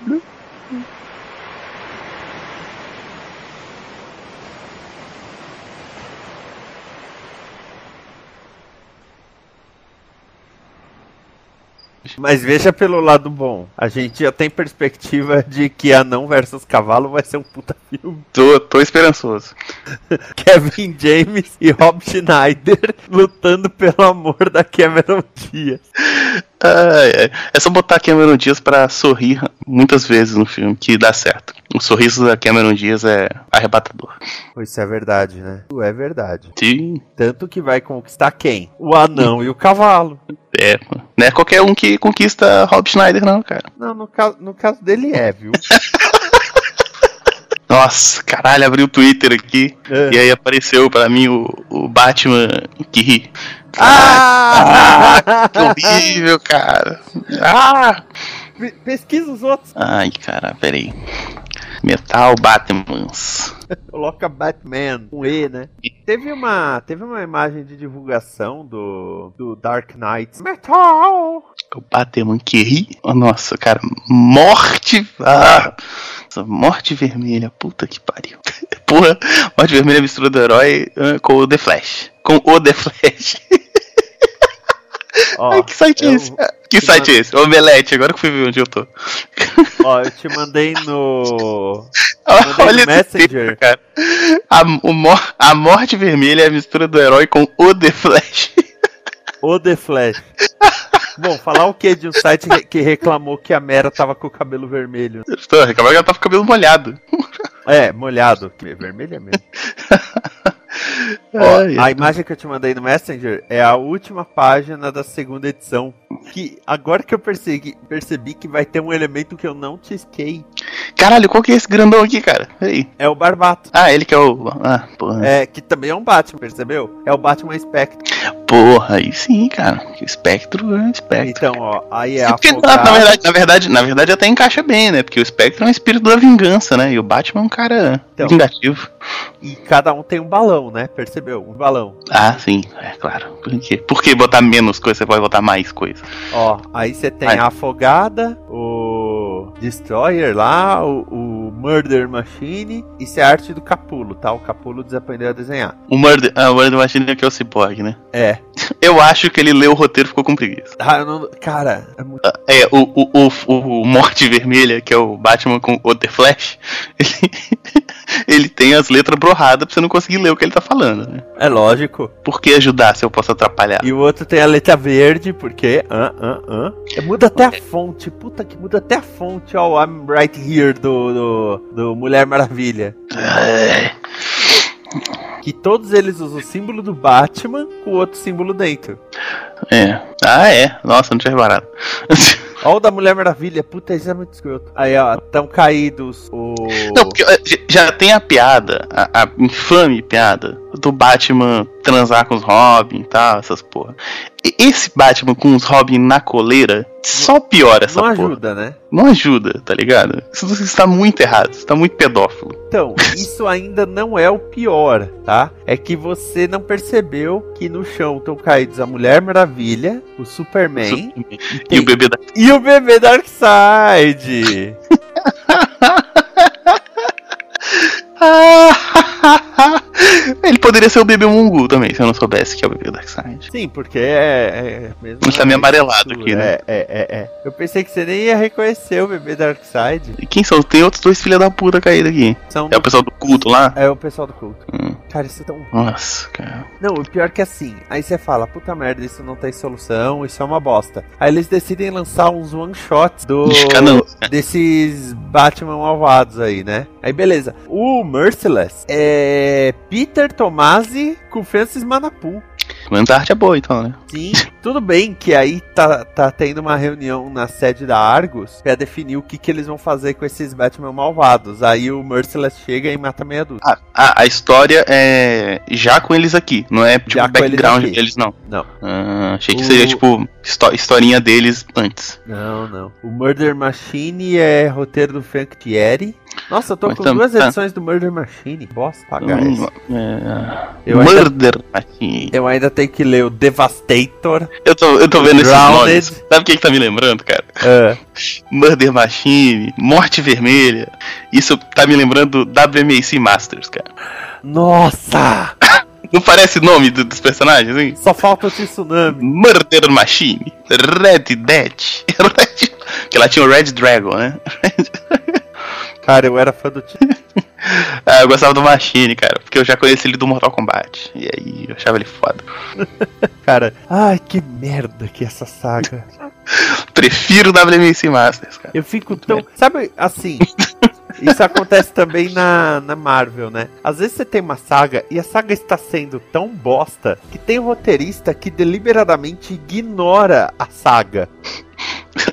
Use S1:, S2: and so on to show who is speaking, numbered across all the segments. S1: Blue. Mas veja pelo lado bom. A gente já tem perspectiva de que Anão versus Cavalo vai ser um puta filme.
S2: Tô, tô esperançoso.
S1: Kevin James e Rob Schneider lutando pelo amor da Cameron Diaz.
S2: Ai, ai. É só botar a Cameron Diaz pra sorrir muitas vezes no filme, que dá certo. O sorriso da Cameron Diaz é arrebatador.
S1: Isso é verdade, né? Isso é verdade.
S2: Sim,
S1: Tanto que vai conquistar quem? O Anão e o Cavalo.
S2: é. Não é qualquer um que conquista Rob Schneider, não, cara.
S1: Não, no caso, no caso dele é, viu?
S2: Nossa, caralho, abri o Twitter aqui
S1: É.
S2: e aí apareceu pra mim o, o Batman que ri.
S1: Ah!
S2: Que horrível, cara. Ah!
S1: Pe- Pesquisa os outros.
S2: Ai, cara, peraí. Metal Batmans.
S1: Coloca Batman com E, né? Teve uma, teve uma imagem de divulgação do, do Dark Knight. Metal!
S2: O Batman que ri. Oh, Nossa, cara, morte. Ah, Essa morte vermelha, puta que pariu. Porra, morte vermelha é a mistura do herói ah, com o The Flash. Com o The Flash.
S1: Ó,
S2: Ai, que site é
S1: eu-
S2: esse? Que É
S1: te
S2: site é esse? Omelete, agora que eu fui ver onde eu tô.
S1: Ó, eu te mandei no. Mandei
S2: Olha
S1: no
S2: esse
S1: Messenger.
S2: texto, cara. A, o mor- a morte vermelha é a mistura do herói com o The Flash.
S1: O The Flash. Bom, falar o que de um site re- que reclamou que a Mera tava com o cabelo vermelho?
S2: Tô, acabou que ela tá com o cabelo molhado.
S1: É, molhado. Que é Vermelho é mesmo. Ó,
S2: Ai,
S1: a imagem que eu te mandei no Messenger é a última página da segunda edição. Que agora que eu persegui- percebi que vai ter um elemento que eu não tisquei.
S2: Caralho, qual que é esse grandão aqui, cara? Peraí.
S1: É o Barbato.
S2: Ah, ele que é o. Ah, porra.
S1: É, que também é um Batman, percebeu? É o Batman Spectre.
S2: Porra, aí sim, cara. Espectro é espectro.
S1: Então, ó, aí é
S2: É
S1: a
S2: porque, na, na
S1: Fogata.
S2: verdade, na, verdade, na verdade, até encaixa bem, né? Porque o Espectro é um espírito da vingança, né? E o Batman é um cara
S1: Então.
S2: vingativo.
S1: E cada um tem um balão, né? Percebeu? Um balão.
S2: Ah, sim, é claro. Por quê? Por que botar menos coisa? Você pode botar mais coisa.
S1: Ó, aí você tem
S2: Aí.
S1: a Afogada, o Destroyer lá, o, o Murder Machine. Isso é a arte do Capulo, tá? O Capulo desaprendeu a desenhar.
S2: O Murder, ah, o Murder Machine é que é o Cyborg, né?
S1: É.
S2: Eu acho que ele leu o roteiro e ficou com preguiça.
S1: Ah, eu não- Cara, é muito...
S2: Ah, É, o, o, o, o Morte Vermelha, que é o Batman com o The Flash, ele, ele tem as letras borradas pra você não conseguir ler o que ele tá falando, né?
S1: é lógico.
S2: Por que ajudar se eu posso atrapalhar?
S1: E o outro tem a letra verde, porque. hã, hã, hã. É, Muda até a fonte, puta que muda até a fonte, ó, o I'm Right Here do, do, do Mulher Maravilha.
S2: Ah,
S1: Que todos eles usam o símbolo do Batman com o outro símbolo dentro.
S2: É. Ah, é. Nossa, não tinha reparado.
S1: Olha o da Mulher Maravilha. Puta, isso é muito escroto. Aí, ó, tão caídos. O...
S2: Não, porque eh, j- já tem a piada, a, a infame piada do Batman transar com os Robin e tal, essas porra. E esse Batman com os Robin na coleira só piora essa
S1: não
S2: porra.
S1: ajuda, né?
S2: Não ajuda, tá ligado? Isso, isso tá muito errado, isso tá muito pedófilo.
S1: Então, isso ainda não é o pior, tá? É que você não percebeu que no chão estão caídos a Mulher Maravilha, o Superman
S2: E o bebê da.
S1: e o bebê Darkseid.
S2: Ele poderia ser o bebê Mungu também, se eu não soubesse que é o bebê Darkseid.
S1: Sim, porque é. é mesmo
S2: Ele tá meio amarelado aqui, né?
S1: É, é, é, é. Eu pensei que você nem ia reconhecer o bebê Darkseid.
S2: E quem são? Tem outros dois filha da puta caídos aqui.
S1: São
S2: É o pessoal do culto lá?
S1: é o pessoal do culto.
S2: Hum.
S1: Cara, isso é tão
S2: Nossa, cara.
S1: Não, o pior que é assim, aí você fala, puta merda, isso não tem solução, isso é uma bosta. Aí eles decidem lançar uns one shots do
S2: De cada um.
S1: desses Batman malvados aí, né? Aí beleza. O Merciless é Peter Tomasi com Francis Manapul.
S2: Mas a arte é boa então, né?
S1: Sim, tudo bem que aí tá, tá tendo uma reunião na sede da Argos pra definir o que, que eles vão fazer com esses Batman malvados. Aí o Merciless chega e mata meia dúzia.
S2: Ah, a, a história é já com eles aqui, não é tipo
S1: Já com eles
S2: background
S1: aqui.
S2: deles, não.
S1: Não.
S2: Ah, achei que
S1: O-
S2: seria tipo histó- historinha deles antes.
S1: Não, não. O Murder Machine é roteiro do Frank Thierry. Nossa, eu tô
S2: Mas
S1: com
S2: tam-
S1: duas
S2: tá.
S1: edições do Murder Machine. Bosta, pagar
S2: Hum,
S1: essa.
S2: é,
S1: Eu ainda-
S2: Murder Machine.
S1: Eu ainda tenho que ler o Devastator.
S2: Eu tô, eu tô vendo esses
S1: Grounded.
S2: nomes. Sabe o que, que tá me lembrando, cara?
S1: Ah,
S2: Murder Machine, Morte Vermelha. Isso tá me lembrando WMAC Masters, cara.
S1: nossa!
S2: Não parece nome do- dos personagens, hein?
S1: Só falta o Tsunami.
S2: Murder Machine, Red Dead. Red... Porque lá tinha o Red Dragon, né?
S1: Cara, eu era fã do Tsunami.
S2: Ah, eu gostava do Machine, cara, porque eu já conheci ele do Mortal Kombat. E aí, eu achava ele foda.
S1: Cara, ai que merda que é essa saga.
S2: Prefiro WMC Masters, cara.
S1: Eu fico tão. Sabe, assim. Isso acontece também na, na Marvel, né? Às vezes você tem uma saga e a saga está sendo tão bosta que tem um roteirista que deliberadamente ignora a saga.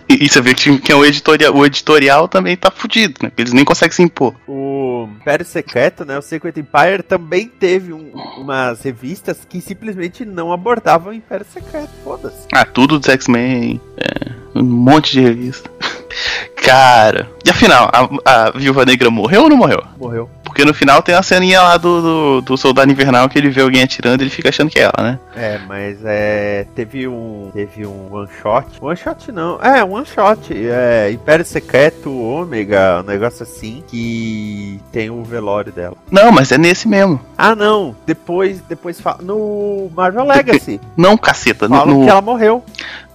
S2: E, e você vê que, que é o, editorial, o editorial também tá fudido, né? Porque eles nem conseguem se impor.
S1: O Império Secreto, né? O Secret Empire também teve um- umas revistas que simplesmente não abordavam o Império Secreto. Foda-se.
S2: Ah, tudo dos X-Men, é, um monte de revista. Cara, e afinal, a, a Viúva Negra morreu ou não morreu?
S1: Morreu.
S2: Porque no final tem a ceninha lá do, do, do Soldado Invernal que ele vê alguém atirando e ele fica achando que é ela, né?
S1: É, mas é. Teve um. Teve um one shot. One shot não. É, um one shot. É. Império Secreto Ômega, um negócio assim. Que tem o velório dela.
S2: Não, mas é nesse mesmo.
S1: Ah não! Depois, depois fala. No Marvel Legacy.
S2: Não, caceta. No,
S1: Falam
S2: no-
S1: que ela morreu.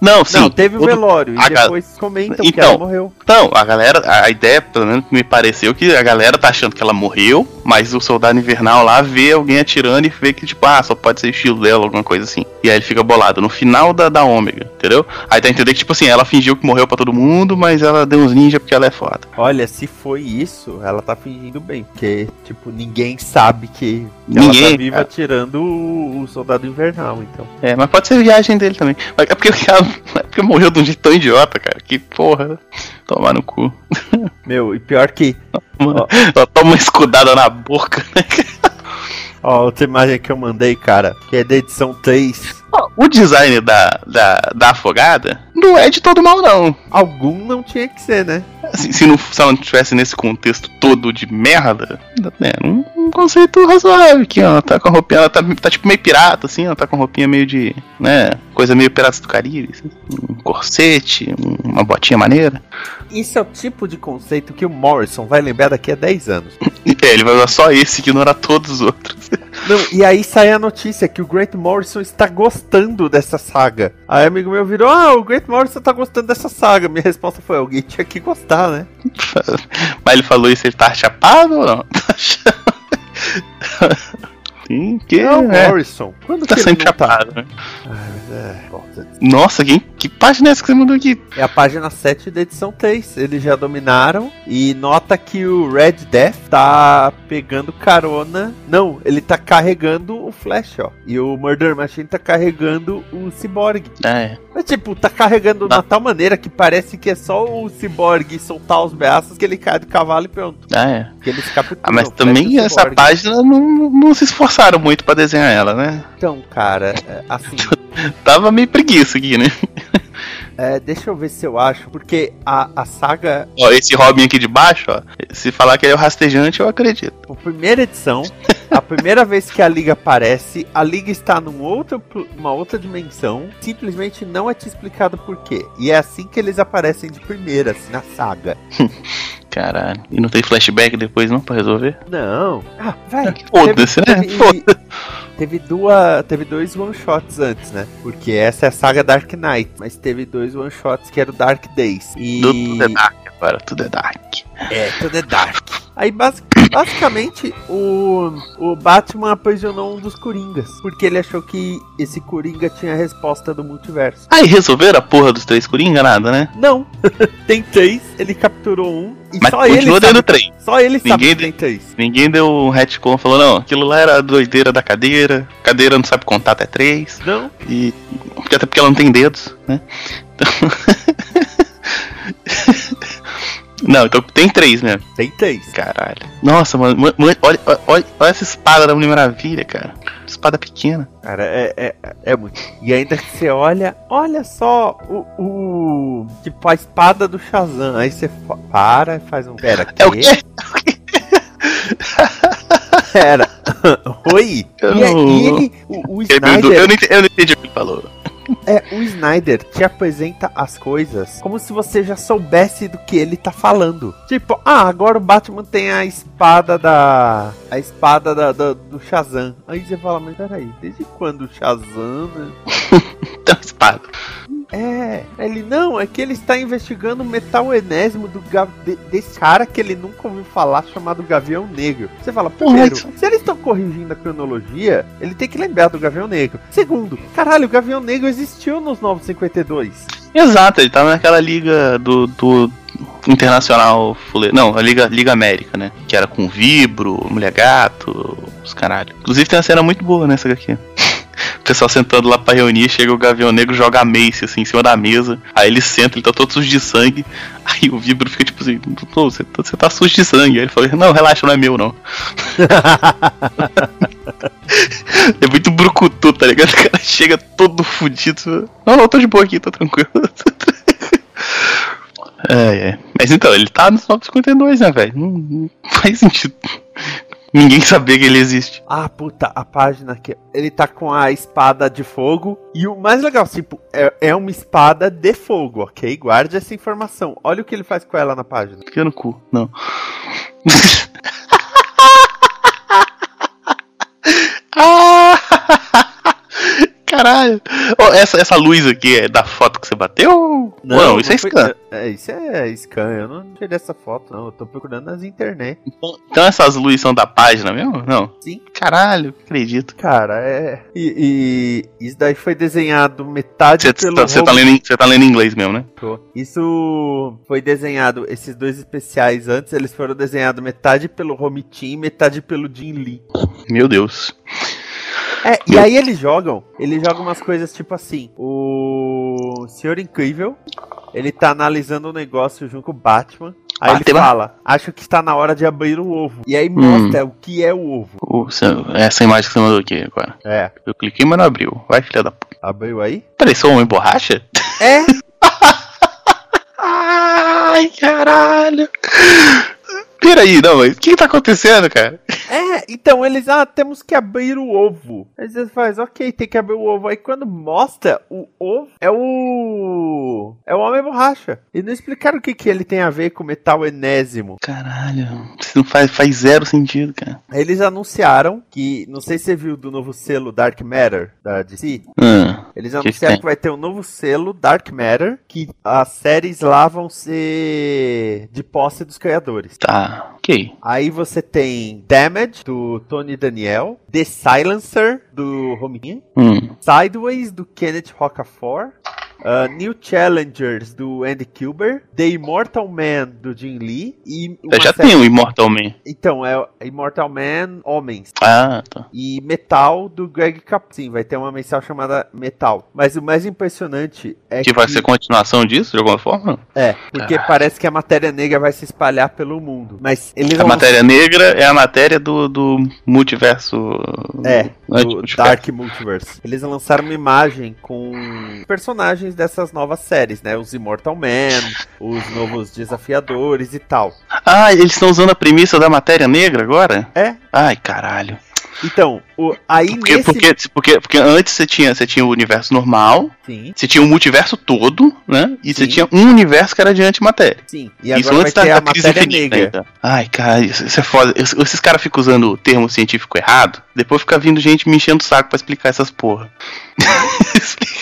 S2: Não, sim.
S1: não, teve o
S2: tudo-
S1: velório.
S2: a
S1: E
S2: gal-
S1: depois comentam que
S2: Então.
S1: ela morreu.
S2: Então, a galera, a- a ideia, pelo menos me pareceu que a galera tá achando que ela morreu, mas o soldado invernal lá vê alguém atirando e vê que, tipo, ah, só pode ser o estilo dela, alguma coisa assim. E aí ele fica bolado no final da, da ômega, entendeu? Aí tá entendendo que, tipo assim, ela fingiu que morreu pra todo mundo, mas ela deu uns ninja porque ela é foda.
S1: Olha, se foi isso, ela tá fingindo bem. Porque, tipo, ninguém sabe que ela tá
S2: Ninguém, é.
S1: viva
S2: cara.
S1: tirando o, o soldado invernal, então.
S2: É, mas pode ser viagem dele também. Mas é porque, ela- é porque morreu de um jeito tão idiota, cara, que porra. Tomar no cu.
S1: Meu, e pior que
S2: Mano, ela toma uma escudada na boca, né?
S1: Ó, outra imagem que eu mandei, cara, que é da edição 3.
S2: Ó, O design da, da, da afogada não é de todo mal, não.
S1: Algum não tinha que ser, né?
S2: Se, se não, se ela não tivesse nesse contexto todo de merda, né, era um, um conceito razoável aqui, ó. Ela tá com a roupinha, ela tá, tá tipo meio pirata, assim, ela tá com a roupinha meio de. né? Coisa meio piratas do Caribe, assim, um corsete, um- uma botinha maneira.
S1: Isso é o tipo de conceito que o Morrison vai lembrar daqui a 10 anos.
S2: E, é, ele vai usar só esse, ignorar todos os outros.
S1: Não, e aí sai a notícia que o Grant Morrison está gostando dessa saga. Aí amigo meu virou, ah, o Grant Morrison tá gostando dessa saga. Minha resposta foi, alguém tinha que gostar, né?
S2: Mas ele falou isso, ele tá chapado ou não? Tá chapado. Sim, que.
S1: Não,
S2: né,
S1: É Morrison. Quando
S2: Tá
S1: que ele
S2: sempre
S1: não tá?
S2: chapado, né?
S1: É, volta.
S2: Nossa, quem, que página é essa que você mandou aqui?
S1: É a página 7 da edição 3. Eles já dominaram. E nota que o Red Death tá pegando carona. Não, ele tá carregando o Flash, ó. E o Murder Machine tá carregando o Cyborg.
S2: Ah, é.
S1: Mas, tipo, tá carregando de
S2: Dá-
S1: uma tal maneira que parece que é só o Cyborg soltar os braços que ele cai do cavalo e pronto.
S2: Ah, é.
S1: Que eles capturam.
S2: Ah, mas
S1: o Flash e
S2: também
S1: o
S2: essa
S1: Cyborg.
S2: página não, não se esforçaram muito pra desenhar ela, né?
S1: Então, cara, é, assim.
S2: Tava meio preguiça aqui, né?
S1: é, deixa eu ver se eu acho, porque a, a saga,
S2: Ó, esse Robin aqui de baixo, ó. Se falar que ele é o rastejante, eu acredito.
S1: a primeira edição, a primeira vez que a Liga aparece, a Liga está num outro, pl- uma outra dimensão, simplesmente não é te explicado por quê. E é assim que eles aparecem de primeira, assim, na saga.
S2: Caralho. E não tem flashback depois não pra resolver?
S1: Não. Ah, vai.
S2: Foda-se, né? Foda-se.
S1: Teve, teve duas, teve dois one shots antes, né? Porque essa é a saga Dark Knight, mas teve dois one shots que era o Dark Days. E
S2: Tudo, tudo é dark agora, tudo é dark.
S1: É, tudo é Dark. Aí basi- basicamente o, o Batman aprisionou um dos Coringas, porque ele achou que esse Coringa tinha a resposta do multiverso.
S2: Aí resolveram a porra dos três Coringa? Nada, né?
S1: Não, tem três, ele capturou um e
S2: Mas
S1: só ele
S2: continua
S1: sabe,
S2: dando três.
S1: só ele sabe
S2: Ninguém
S1: que tem três.
S2: Ninguém deu um retcon, falou, não, aquilo lá era a doideira da cadeira, cadeira não sabe contar até três,
S1: Não,
S2: e... porque- Até porque ela não tem dedos, né? Então... não, então tem três mesmo.
S1: tem três.
S2: Caralho. Nossa, mano, ma- ma- olha, olha, olha essa espada da Mulher Maravilha, cara. Espada pequena.
S1: Cara, é, é, é muito. E ainda que você olha, olha só o, o- Tipo, a espada do Shazam. Aí você fa- para e faz um. Pera,
S2: É o quê?
S1: Pera. Oi!
S2: Eu
S1: E, aí,
S2: não-
S1: e ele. O, o
S2: Eu não,
S1: Snyder.
S2: eu não entendi, eu não entendi o que ele falou.
S1: É, o Snyder te apresenta as coisas como se você já soubesse do que ele tá falando. Tipo, ah, agora o Batman tem a espada da. A espada da, da- do Shazam. Aí você fala, mas peraí, desde quando o Shazam. né?
S2: Então, espada.
S1: É, ele não, é que ele está investigando o metal enésimo do ga- de- desse cara que ele nunca ouviu falar, chamado Gavião Negro. Você fala, primeiro, se eles estão corrigindo a cronologia, ele tem que lembrar do Gavião Negro. Segundo, caralho, o Gavião Negro existiu nos 952.
S2: Exato, ele tava naquela liga do. do Internacional Fuleiro. Não, a Liga, Liga América, né? Que era com Vibro, Mulher Gato, os caralho. Inclusive tem uma cena muito boa nessa aqui. O pessoal sentando lá pra reunir, chega o Gavião Negro joga a mace assim em cima da mesa. Aí ele senta, ele tá todo sujo de sangue. Aí o Vibro fica tipo assim: "Pô, você, tá- você tá sujo de sangue. Aí ele fala: Não, relaxa, não é meu não. É muito brucutu, tá ligado? O cara chega todo fudido. Não, não, tô de boa aqui, tô tranquilo. É, é. Mas então, ele tá nos 952, né, velho? Não, não faz sentido. Ninguém saber que ele existe.
S1: Ah, puta, a página aqui. Ele tá com a espada de fogo. E o mais legal, tipo, é, é uma espada de fogo, ok? Guarde essa informação. Olha o que ele faz com ela na página.
S2: Fica no cu, não. Ah! Caralho! Ó, essa, essa luz aqui é da foto que você bateu? Não, isso é
S1: foi-
S2: scan.
S1: É, isso é scan. Eu não tirei essa foto, não. Eu tô procurando nas internet.
S2: Então essas luzes são da página mesmo? Não?
S1: Sim.
S2: Caralho, acredito.
S1: Cara, é. E, e isso daí foi desenhado metade
S2: Você
S1: pelo.
S2: tá, cê tá
S1: Rob
S2: lendo, em- cê tá lendo em inglês mesmo, né?
S1: Tô. Isso foi desenhado, esses dois especiais antes, eles foram desenhados metade pelo Romitin e metade pelo Jin Lee.
S2: Meu Deus.
S1: É, e aí eles jogam, eles jogam umas coisas tipo assim, o Senhor Incrível, ele tá analisando o negócio junto com o Batman, aí ele
S2: Batman.
S1: fala, acho que está na hora de abrir o ovo. E aí mostra o que é o ovo.
S2: O- cê- essa imagem que você mandou aqui agora.
S1: É,
S2: Eu cliquei, mas não abriu. Vai, filha da puta.
S1: abriu aí?
S2: Peraí, sou um homem borracha?
S1: É,
S2: Ai, caralho. Peraí, não, mas o que, que tá acontecendo, cara?
S1: É, então eles, ah, temos que abrir o ovo. Aí você faz, ok, tem que abrir o ovo. Aí quando mostra o ovo, é o. É o Homem Borracha. E não explicaram o que, que ele tem a ver com o metal enésimo.
S2: Caralho, isso não faz, faz zero sentido, cara.
S1: Aí Eles anunciaram que, não sei se você viu do novo selo Dark Matter da DC.
S2: Ah,
S1: Eles
S2: que
S1: anunciaram que,
S2: tem?
S1: vai ter um novo selo Dark Matter, que as séries lá vão ser de posse dos criadores.
S2: tá, ok.
S1: Aí você tem Damage, do Tony Daniel, The Silencer, do Rominha,
S2: Hum,
S1: Sideways, do Kenneth Rocafort, ah, New Challengers do Andy Kilber, The Immortal Man do Jim Lee e uma
S2: Eu já
S1: série-
S2: tenho o Immortal Man.
S1: Então é Immortal Man Homens
S2: Ah, tá.
S1: e Metal do Greg Cap. Sim, vai ter uma mensal chamada Metal. Mas o mais impressionante é
S2: Que vai ser continuação disso, de alguma forma?
S1: é porque
S2: Ah.
S1: parece que a matéria negra vai se espalhar pelo mundo, mas eles
S2: A
S1: não
S2: matéria negra é a matéria do, do multiverso.
S1: É, do
S2: Anti-multiverso.
S1: Dark Multiverse. Eles lançaram uma imagem com personagens dessas novas séries, né? Os Immortal Man, os novos desafiadores e tal.
S2: Ah, eles estão usando a premissa da matéria negra agora?
S1: É.
S2: Ai, caralho.
S1: Então, o, aí
S2: Porque,
S1: nesse...
S2: porque, porque, porque antes você tinha, você tinha o universo normal,
S1: Sim,
S2: você tinha o multiverso todo, né? E você
S1: Sim.
S2: tinha um universo que era de antimatéria.
S1: sim. E agora vai
S2: da-
S1: ter a
S2: da crise
S1: matéria
S2: infinita,
S1: negra.
S2: então. Ai, cara, isso, isso é foda. Es- esses caras ficam usando o termo científico errado, depois fica vindo gente me enchendo o saco pra explicar essas porra.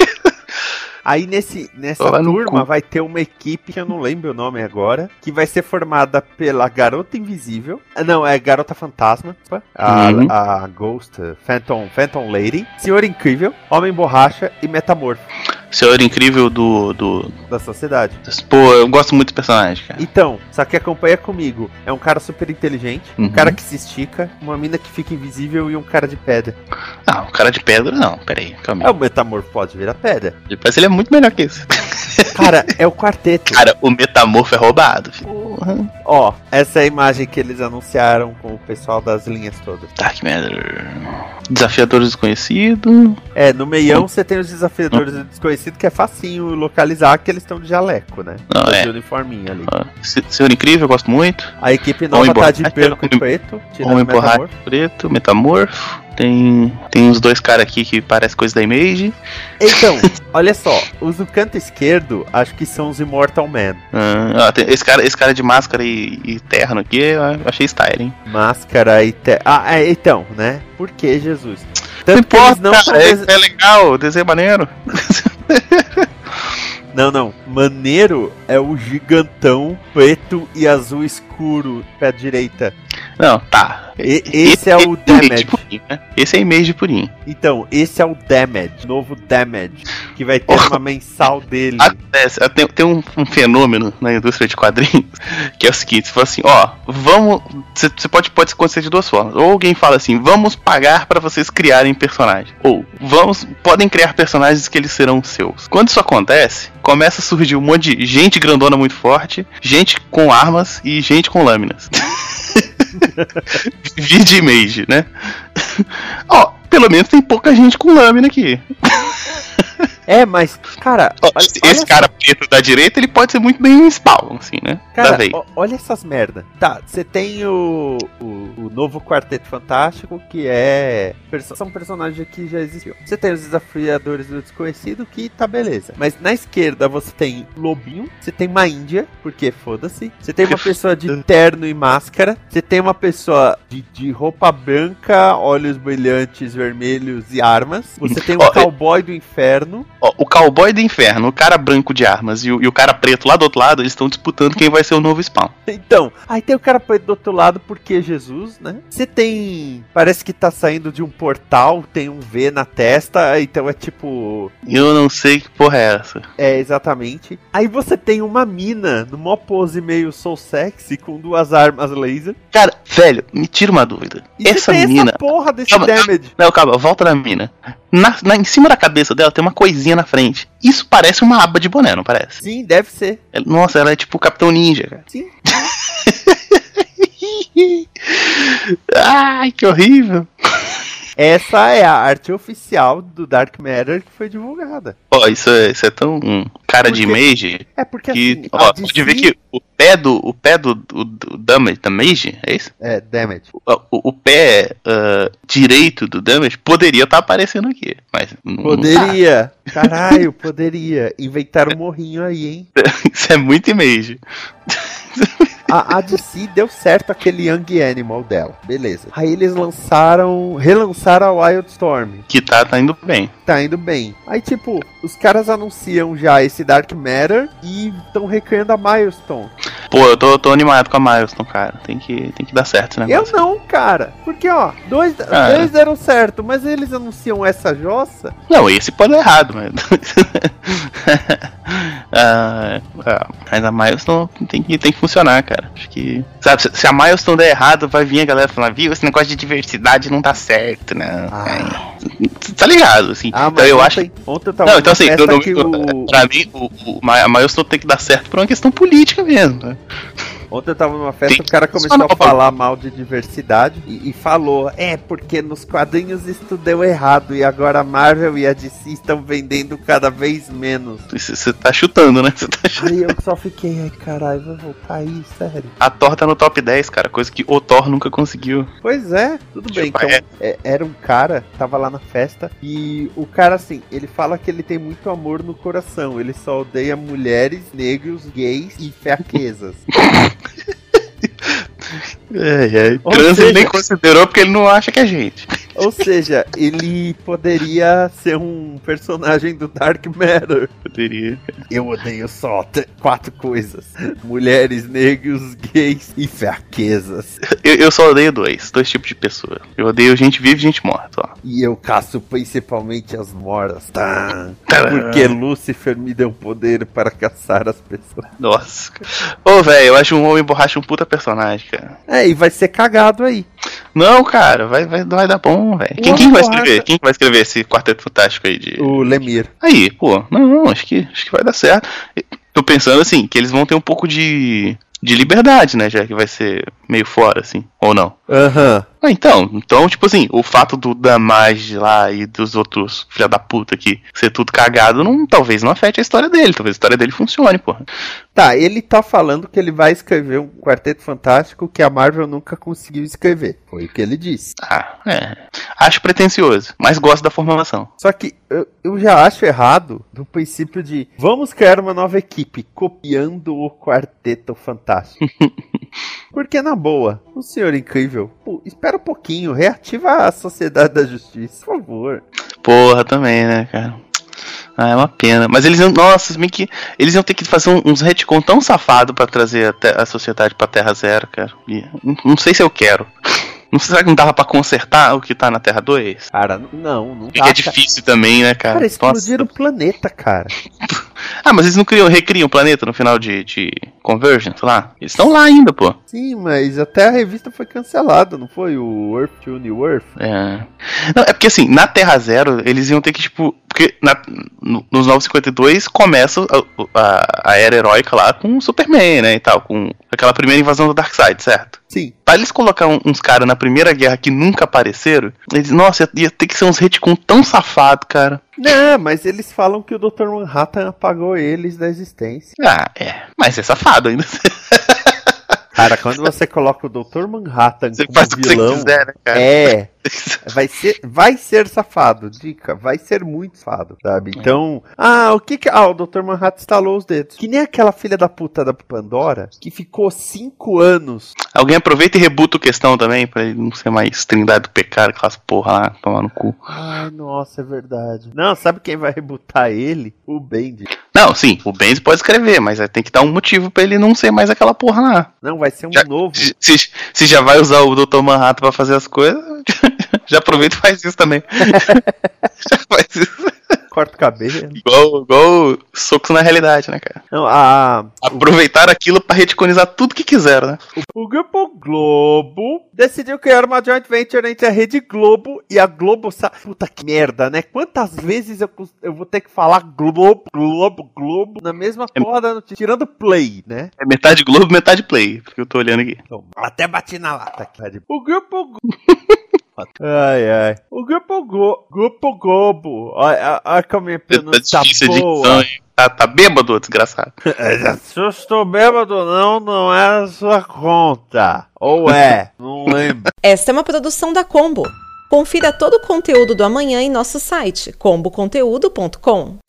S1: Aí nesse, nessa
S2: Lá no
S1: turma
S2: cu.
S1: vai ter uma equipe, que eu não lembro o nome agora, que vai ser formada pela Garota Invisível. Ah, Não, é Garota Fantasma. opa, A,
S2: Uhum.
S1: a Ghost, Phantom, Phantom Lady, Senhor Incrível, Homem Borracha e Metamorfo
S2: Senhor incrível do, do.
S1: da sociedade.
S2: Pô, eu gosto muito do personagem, cara.
S1: Então, só que acompanha comigo. É um cara super inteligente, um
S2: Uhum.
S1: cara que se estica, uma mina que fica invisível e um cara de pedra.
S2: Não, o cara de pedra não, peraí, calma
S1: É,
S2: aí.
S1: o Metamorfo pode virar pedra.
S2: Mas ele é muito melhor que isso.
S1: Cara, é o quarteto.
S2: Cara, o metamorfo é roubado. filho. Porra.
S1: Ó, essa é a imagem que eles anunciaram com o pessoal das linhas todas.
S2: Dark Matter. Desafiadores desconhecido.
S1: É, no meião você tem os desafiadores do desconhecido, que é facinho localizar, que eles estão de jaleco, né?
S2: Não,
S1: Tá
S2: é.
S1: De uniforminho ali.
S2: Ah, Se- Senhor incrível, eu gosto muito.
S1: A equipe nova
S2: Homem
S1: tá de
S2: borracha,
S1: branco e
S2: homem-
S1: preto, tirando
S2: Homem
S1: o
S2: borracha
S1: metamorfo.
S2: preto, metamorfo. Tem. Tem uns dois caras aqui que parecem coisa da Image.
S1: Então, olha só, os do canto esquerdo, acho que são os Immortal Man.
S2: Ah, ah, tem- esse, cara, esse cara de máscara e, e terno aqui, eu achei style, hein?
S1: Máscara e... Te... Ah, é, então, né? Por que, Jesus? Tanto
S2: não
S1: que eles
S2: importa,
S1: não são
S2: é,
S1: des-
S2: é legal, o desenho é maneiro.
S1: Não, não. Maneiro é o gigantão preto e azul escuro pra direita.
S2: Não, tá.
S1: E- esse é o
S2: Image
S1: Damage.
S2: purinho, né? Esse é Image purinho.
S1: Então, esse é o Damage, novo Damage, que vai ter
S2: Porra.
S1: uma mensal dele.
S2: Acontece, ah, tem, tem um, um fenômeno na indústria de quadrinhos que é o seguinte: você fala assim, ó, vamos. Você você pode, pode acontecer de duas formas. Ou alguém fala assim, vamos pagar pra vocês criarem personagens. Ou vamos, podem criar personagens que eles serão seus. Quando isso acontece, começa a surgir um monte de gente grandona muito forte, gente com armas e gente com lâminas. Vide image, né? ó, pelo menos tem pouca gente com lâmina aqui.
S1: É, mas, cara,
S2: Ó,
S1: olha,
S2: esse
S1: olha
S2: esse cara preto da direita, ele pode ser muito bem um spawn, assim, né?
S1: essa-
S2: da
S1: cara,
S2: vez.
S1: ó- olha essas merda. Tá, você tem o, o, o novo Quarteto Fantástico, que é. perso- São personagens que já existiam. Você tem os desafiadores do desconhecido, que tá beleza. Mas na esquerda você tem Lobinho, você tem uma Índia, porque foda-se. Você tem uma
S2: Que
S1: pessoa de
S2: foda.
S1: terno e máscara. Você tem uma pessoa de, de roupa branca, olhos brilhantes, vermelhos e armas. Você tem um
S2: Ó,
S1: cowboy do inferno.
S2: Ó, o cowboy do inferno, o cara branco de armas e o, e o cara preto lá do outro lado, eles estão disputando quem vai ser o novo spawn.
S1: Então, aí tem o cara pra- do outro lado porque Jesus, né? Você tem. Parece que tá saindo de um portal, tem um V na testa, então é tipo.
S2: Eu não sei que porra é essa.
S1: É, exatamente. Aí você tem uma mina numa pose meio soul sexy com duas armas laser.
S2: Cara, velho, me tira uma dúvida.
S1: E você
S2: essa
S1: tem
S2: mina.
S1: essa porra desse
S2: Calma.
S1: damage.
S2: Não, calma, volta na mina. Na, na- em cima da cabeça dela tem uma coisinha na frente. Isso parece uma aba de boné, não parece?
S1: Sim, deve ser.
S2: Ela- Nossa, ela é tipo o Capitão Ninja, cara.
S1: Sim.
S2: Ai, que horrível.
S1: Essa é a arte oficial do Dark Matter que foi divulgada.
S2: Ó, isso, é, isso é tão hum, cara de
S1: Porque-
S2: image
S1: É porque
S2: que.
S1: assim. a
S2: Ó,
S1: DC
S2: pode ver que o pé do. O pé do, do, do damage, damage, é isso?
S1: É, damage.
S2: O, o- o pé ah, direito do damage poderia estar aparecendo aqui. Mas não- não tá.
S1: Poderia. Caralho, poderia. Inventaram um morrinho aí, hein?
S2: Isso é muito image.
S1: A, a DC deu certo aquele Young Animal dela. Beleza. Aí eles lançaram. relançaram a Wildstorm.
S2: Que tá, tá indo bem.
S1: Tá indo bem. Aí, tipo, os caras anunciam já esse Dark Matter e estão recriando a Milestone.
S2: Pô, eu tô, tô animado com a Milestone, cara. Tem que, tem que dar certo esse
S1: Eu
S2: negócio.
S1: não, cara. Porque, ó, dois,
S2: Ah.
S1: dois deram certo, mas eles anunciam essa jossa.
S2: Não, esse pode dar errado, mas. Ah, ah, mas a milestone tem que, tem que funcionar, cara. Acho que. Sabe, se, se a milestone der errado, vai vir a galera falar, viu? Esse negócio de diversidade não tá certo, né?
S1: Ah.
S2: Ai, tá ligado, assim.
S1: Ah,
S2: então
S1: mas
S2: eu
S1: ontem,
S2: acho.
S1: Ontem eu tava
S2: Não,
S1: numa
S2: então assim,
S1: festa
S2: no- no-
S1: que o-
S2: pra mim, o, o, a milestone tem que dar certo por uma questão política mesmo. né?
S1: Ontem eu tava numa festa,
S2: Tem
S1: o cara
S2: que
S1: começou
S2: funcionar,
S1: a falar mal de diversidade e, e falou: é, porque nos quadrinhos isso deu errado e agora a Marvel e a DC estão vendendo cada vez menos.
S2: Você você tá chutando, né? Você tá chutando.
S1: Aí eu só fiquei, ai caralho, vai voltar aí, sério.
S2: A Thor tá no top 10, cara, coisa que o Thor nunca conseguiu.
S1: Pois é, tudo bem.
S2: Tipo,
S1: Então, é, era um cara, tava lá na festa, e o cara, assim, ele fala que ele tem muito amor no coração, ele só odeia mulheres, negros, gays e fraquezas.
S2: É, é.
S1: Ou
S2: Trans ele
S1: seja-
S2: nem considerou porque ele não acha que é gente.
S1: Ou seja, ele poderia ser um personagem do Dark Matter.
S2: Eu diria.
S1: Eu odeio só t- quatro coisas: mulheres, negros, gays e fraquezas.
S2: Eu, eu só odeio dois, dois tipos de pessoa. Eu odeio gente viva e gente morta, ó.
S1: E eu caço principalmente as moras. Tá?
S2: Tcharam.
S1: Porque Lúcifer me deu poder para caçar as pessoas.
S2: Nossa. Ô, velho, eu acho um homem borracha um puta personagem, cara.
S1: É, e vai ser cagado aí.
S2: Não, cara, vai, vai, vai dar bom, velho. Quem, quem vai escrever? Quem vai escrever esse quarteto fantástico aí de.
S1: O Lemir.
S2: Aí, pô, não, não, acho que, acho que vai dar certo. Tô pensando assim, que eles vão ter um pouco de, de liberdade, né? Já que vai ser meio fora, assim, ou não.
S1: Aham.
S2: Ah, então, então, tipo assim, o fato do Damage lá e dos outros filha da puta aqui ser tudo cagado, não, talvez não afete a história dele, talvez a história dele funcione, porra.
S1: Tá, ele tá falando que ele vai escrever um quarteto fantástico que a Marvel nunca conseguiu escrever. Foi o que ele disse.
S2: Ah, é. Acho pretencioso, mas gosto da formulação.
S1: Só que eu, eu já acho errado no princípio de vamos criar uma nova equipe, copiando o Quarteto Fantástico. Porque, na boa, o Senhor Incrível, pô, espera um pouquinho, reativa a Sociedade da Justiça, por favor.
S2: Porra, também, né, cara? Ah, é uma pena. Mas eles iam. Nossa, se bem que. Eles iam ter que fazer um- uns retcon tão safado pra trazer a, te- a sociedade pra Terra Zero, cara. E não, não sei se eu quero. Não sei, será que não dava pra consertar o que tá na Terra 2?
S1: Cara, não, não
S2: Porque é difícil também, né,
S1: Cara,
S2: cara? Nossa.
S1: explodiram o planeta, cara.
S2: Ah, mas eles não criam, recriam o planeta no final de, de Convergence lá? Eles estão lá ainda, pô.
S1: Sim, mas até a revista foi cancelada, não foi? O Earth to New Earth.
S2: É. Não, é porque assim, na Terra Zero, eles iam ter que, tipo. Porque na, no- nos 952 começa a, a, a era heróica lá com o Superman, né? E tal, com aquela primeira invasão do Darkseid, certo?
S1: Sim.
S2: Pra eles colocar um- uns caras na primeira guerra que nunca apareceram, eles, nossa, ia, ia ter que ser uns retcon tão safado, cara.
S1: Não, mas eles falam que o Dr. Manhattan apagou eles da existência.
S2: Ah, é. Mas é safado ainda.
S1: Cara, quando você coloca o Dr. Manhattan
S2: Você
S1: como
S2: faz o que você
S1: Um vilão,
S2: quiser, né, cara?
S1: é, vai ser, vai ser safado, dica, vai ser muito safado, sabe?
S2: É.
S1: Então, ah, o que que, ah, o Dr. Manhattan estalou os dedos. Que nem aquela filha da puta da Pandora que ficou cinco anos.
S2: Alguém aproveita e rebuta o questão também, pra ele não ser mais trindade do pecado, aquelas porra lá, tomar no cu.
S1: Ai, nossa, é verdade. Não, sabe quem vai rebutar ele? O Bendy.
S2: Não, sim, o Benz pode escrever, mas aí tem que dar um motivo pra ele não ser mais aquela porra lá.
S1: Não, vai ser um
S2: Já-
S1: novo.
S2: Se, se- se já vai usar o Dr. Manhattan pra fazer as coisas, já aproveita e faz isso também. já faz isso.
S1: Corta o cabelo.
S2: Igual, igual socos na realidade, né, cara?
S1: Não, a,
S2: Aproveitaram aquilo pra reticonizar tudo que quiseram, né?
S1: O Grupo Globo decidiu criar uma joint venture entre a Rede Globo e a Globo. Sa- Puta que merda, né? Quantas vezes eu, cus- eu vou ter que falar Globo, Globo, Globo na mesma porra da notícia, tirando play, né?
S2: É metade Globo, metade Play, porque eu tô olhando aqui.
S1: Então, até bati na lata aqui. tá de- O Grupo Globo. Ai, ai. O Grupo Globo. Grupo Globo. Olha, olha como a minha pronúncia
S2: tá difícil de
S1: boa.
S2: edição, hein? Tá, tá bêbado, desgraçado.
S1: Se eu estou bêbado ou não, não é a sua conta. Ou é? não lembro.
S3: Esta é uma produção da Combo. Confira todo o conteúdo do amanhã em nosso site comboconteúdo.com.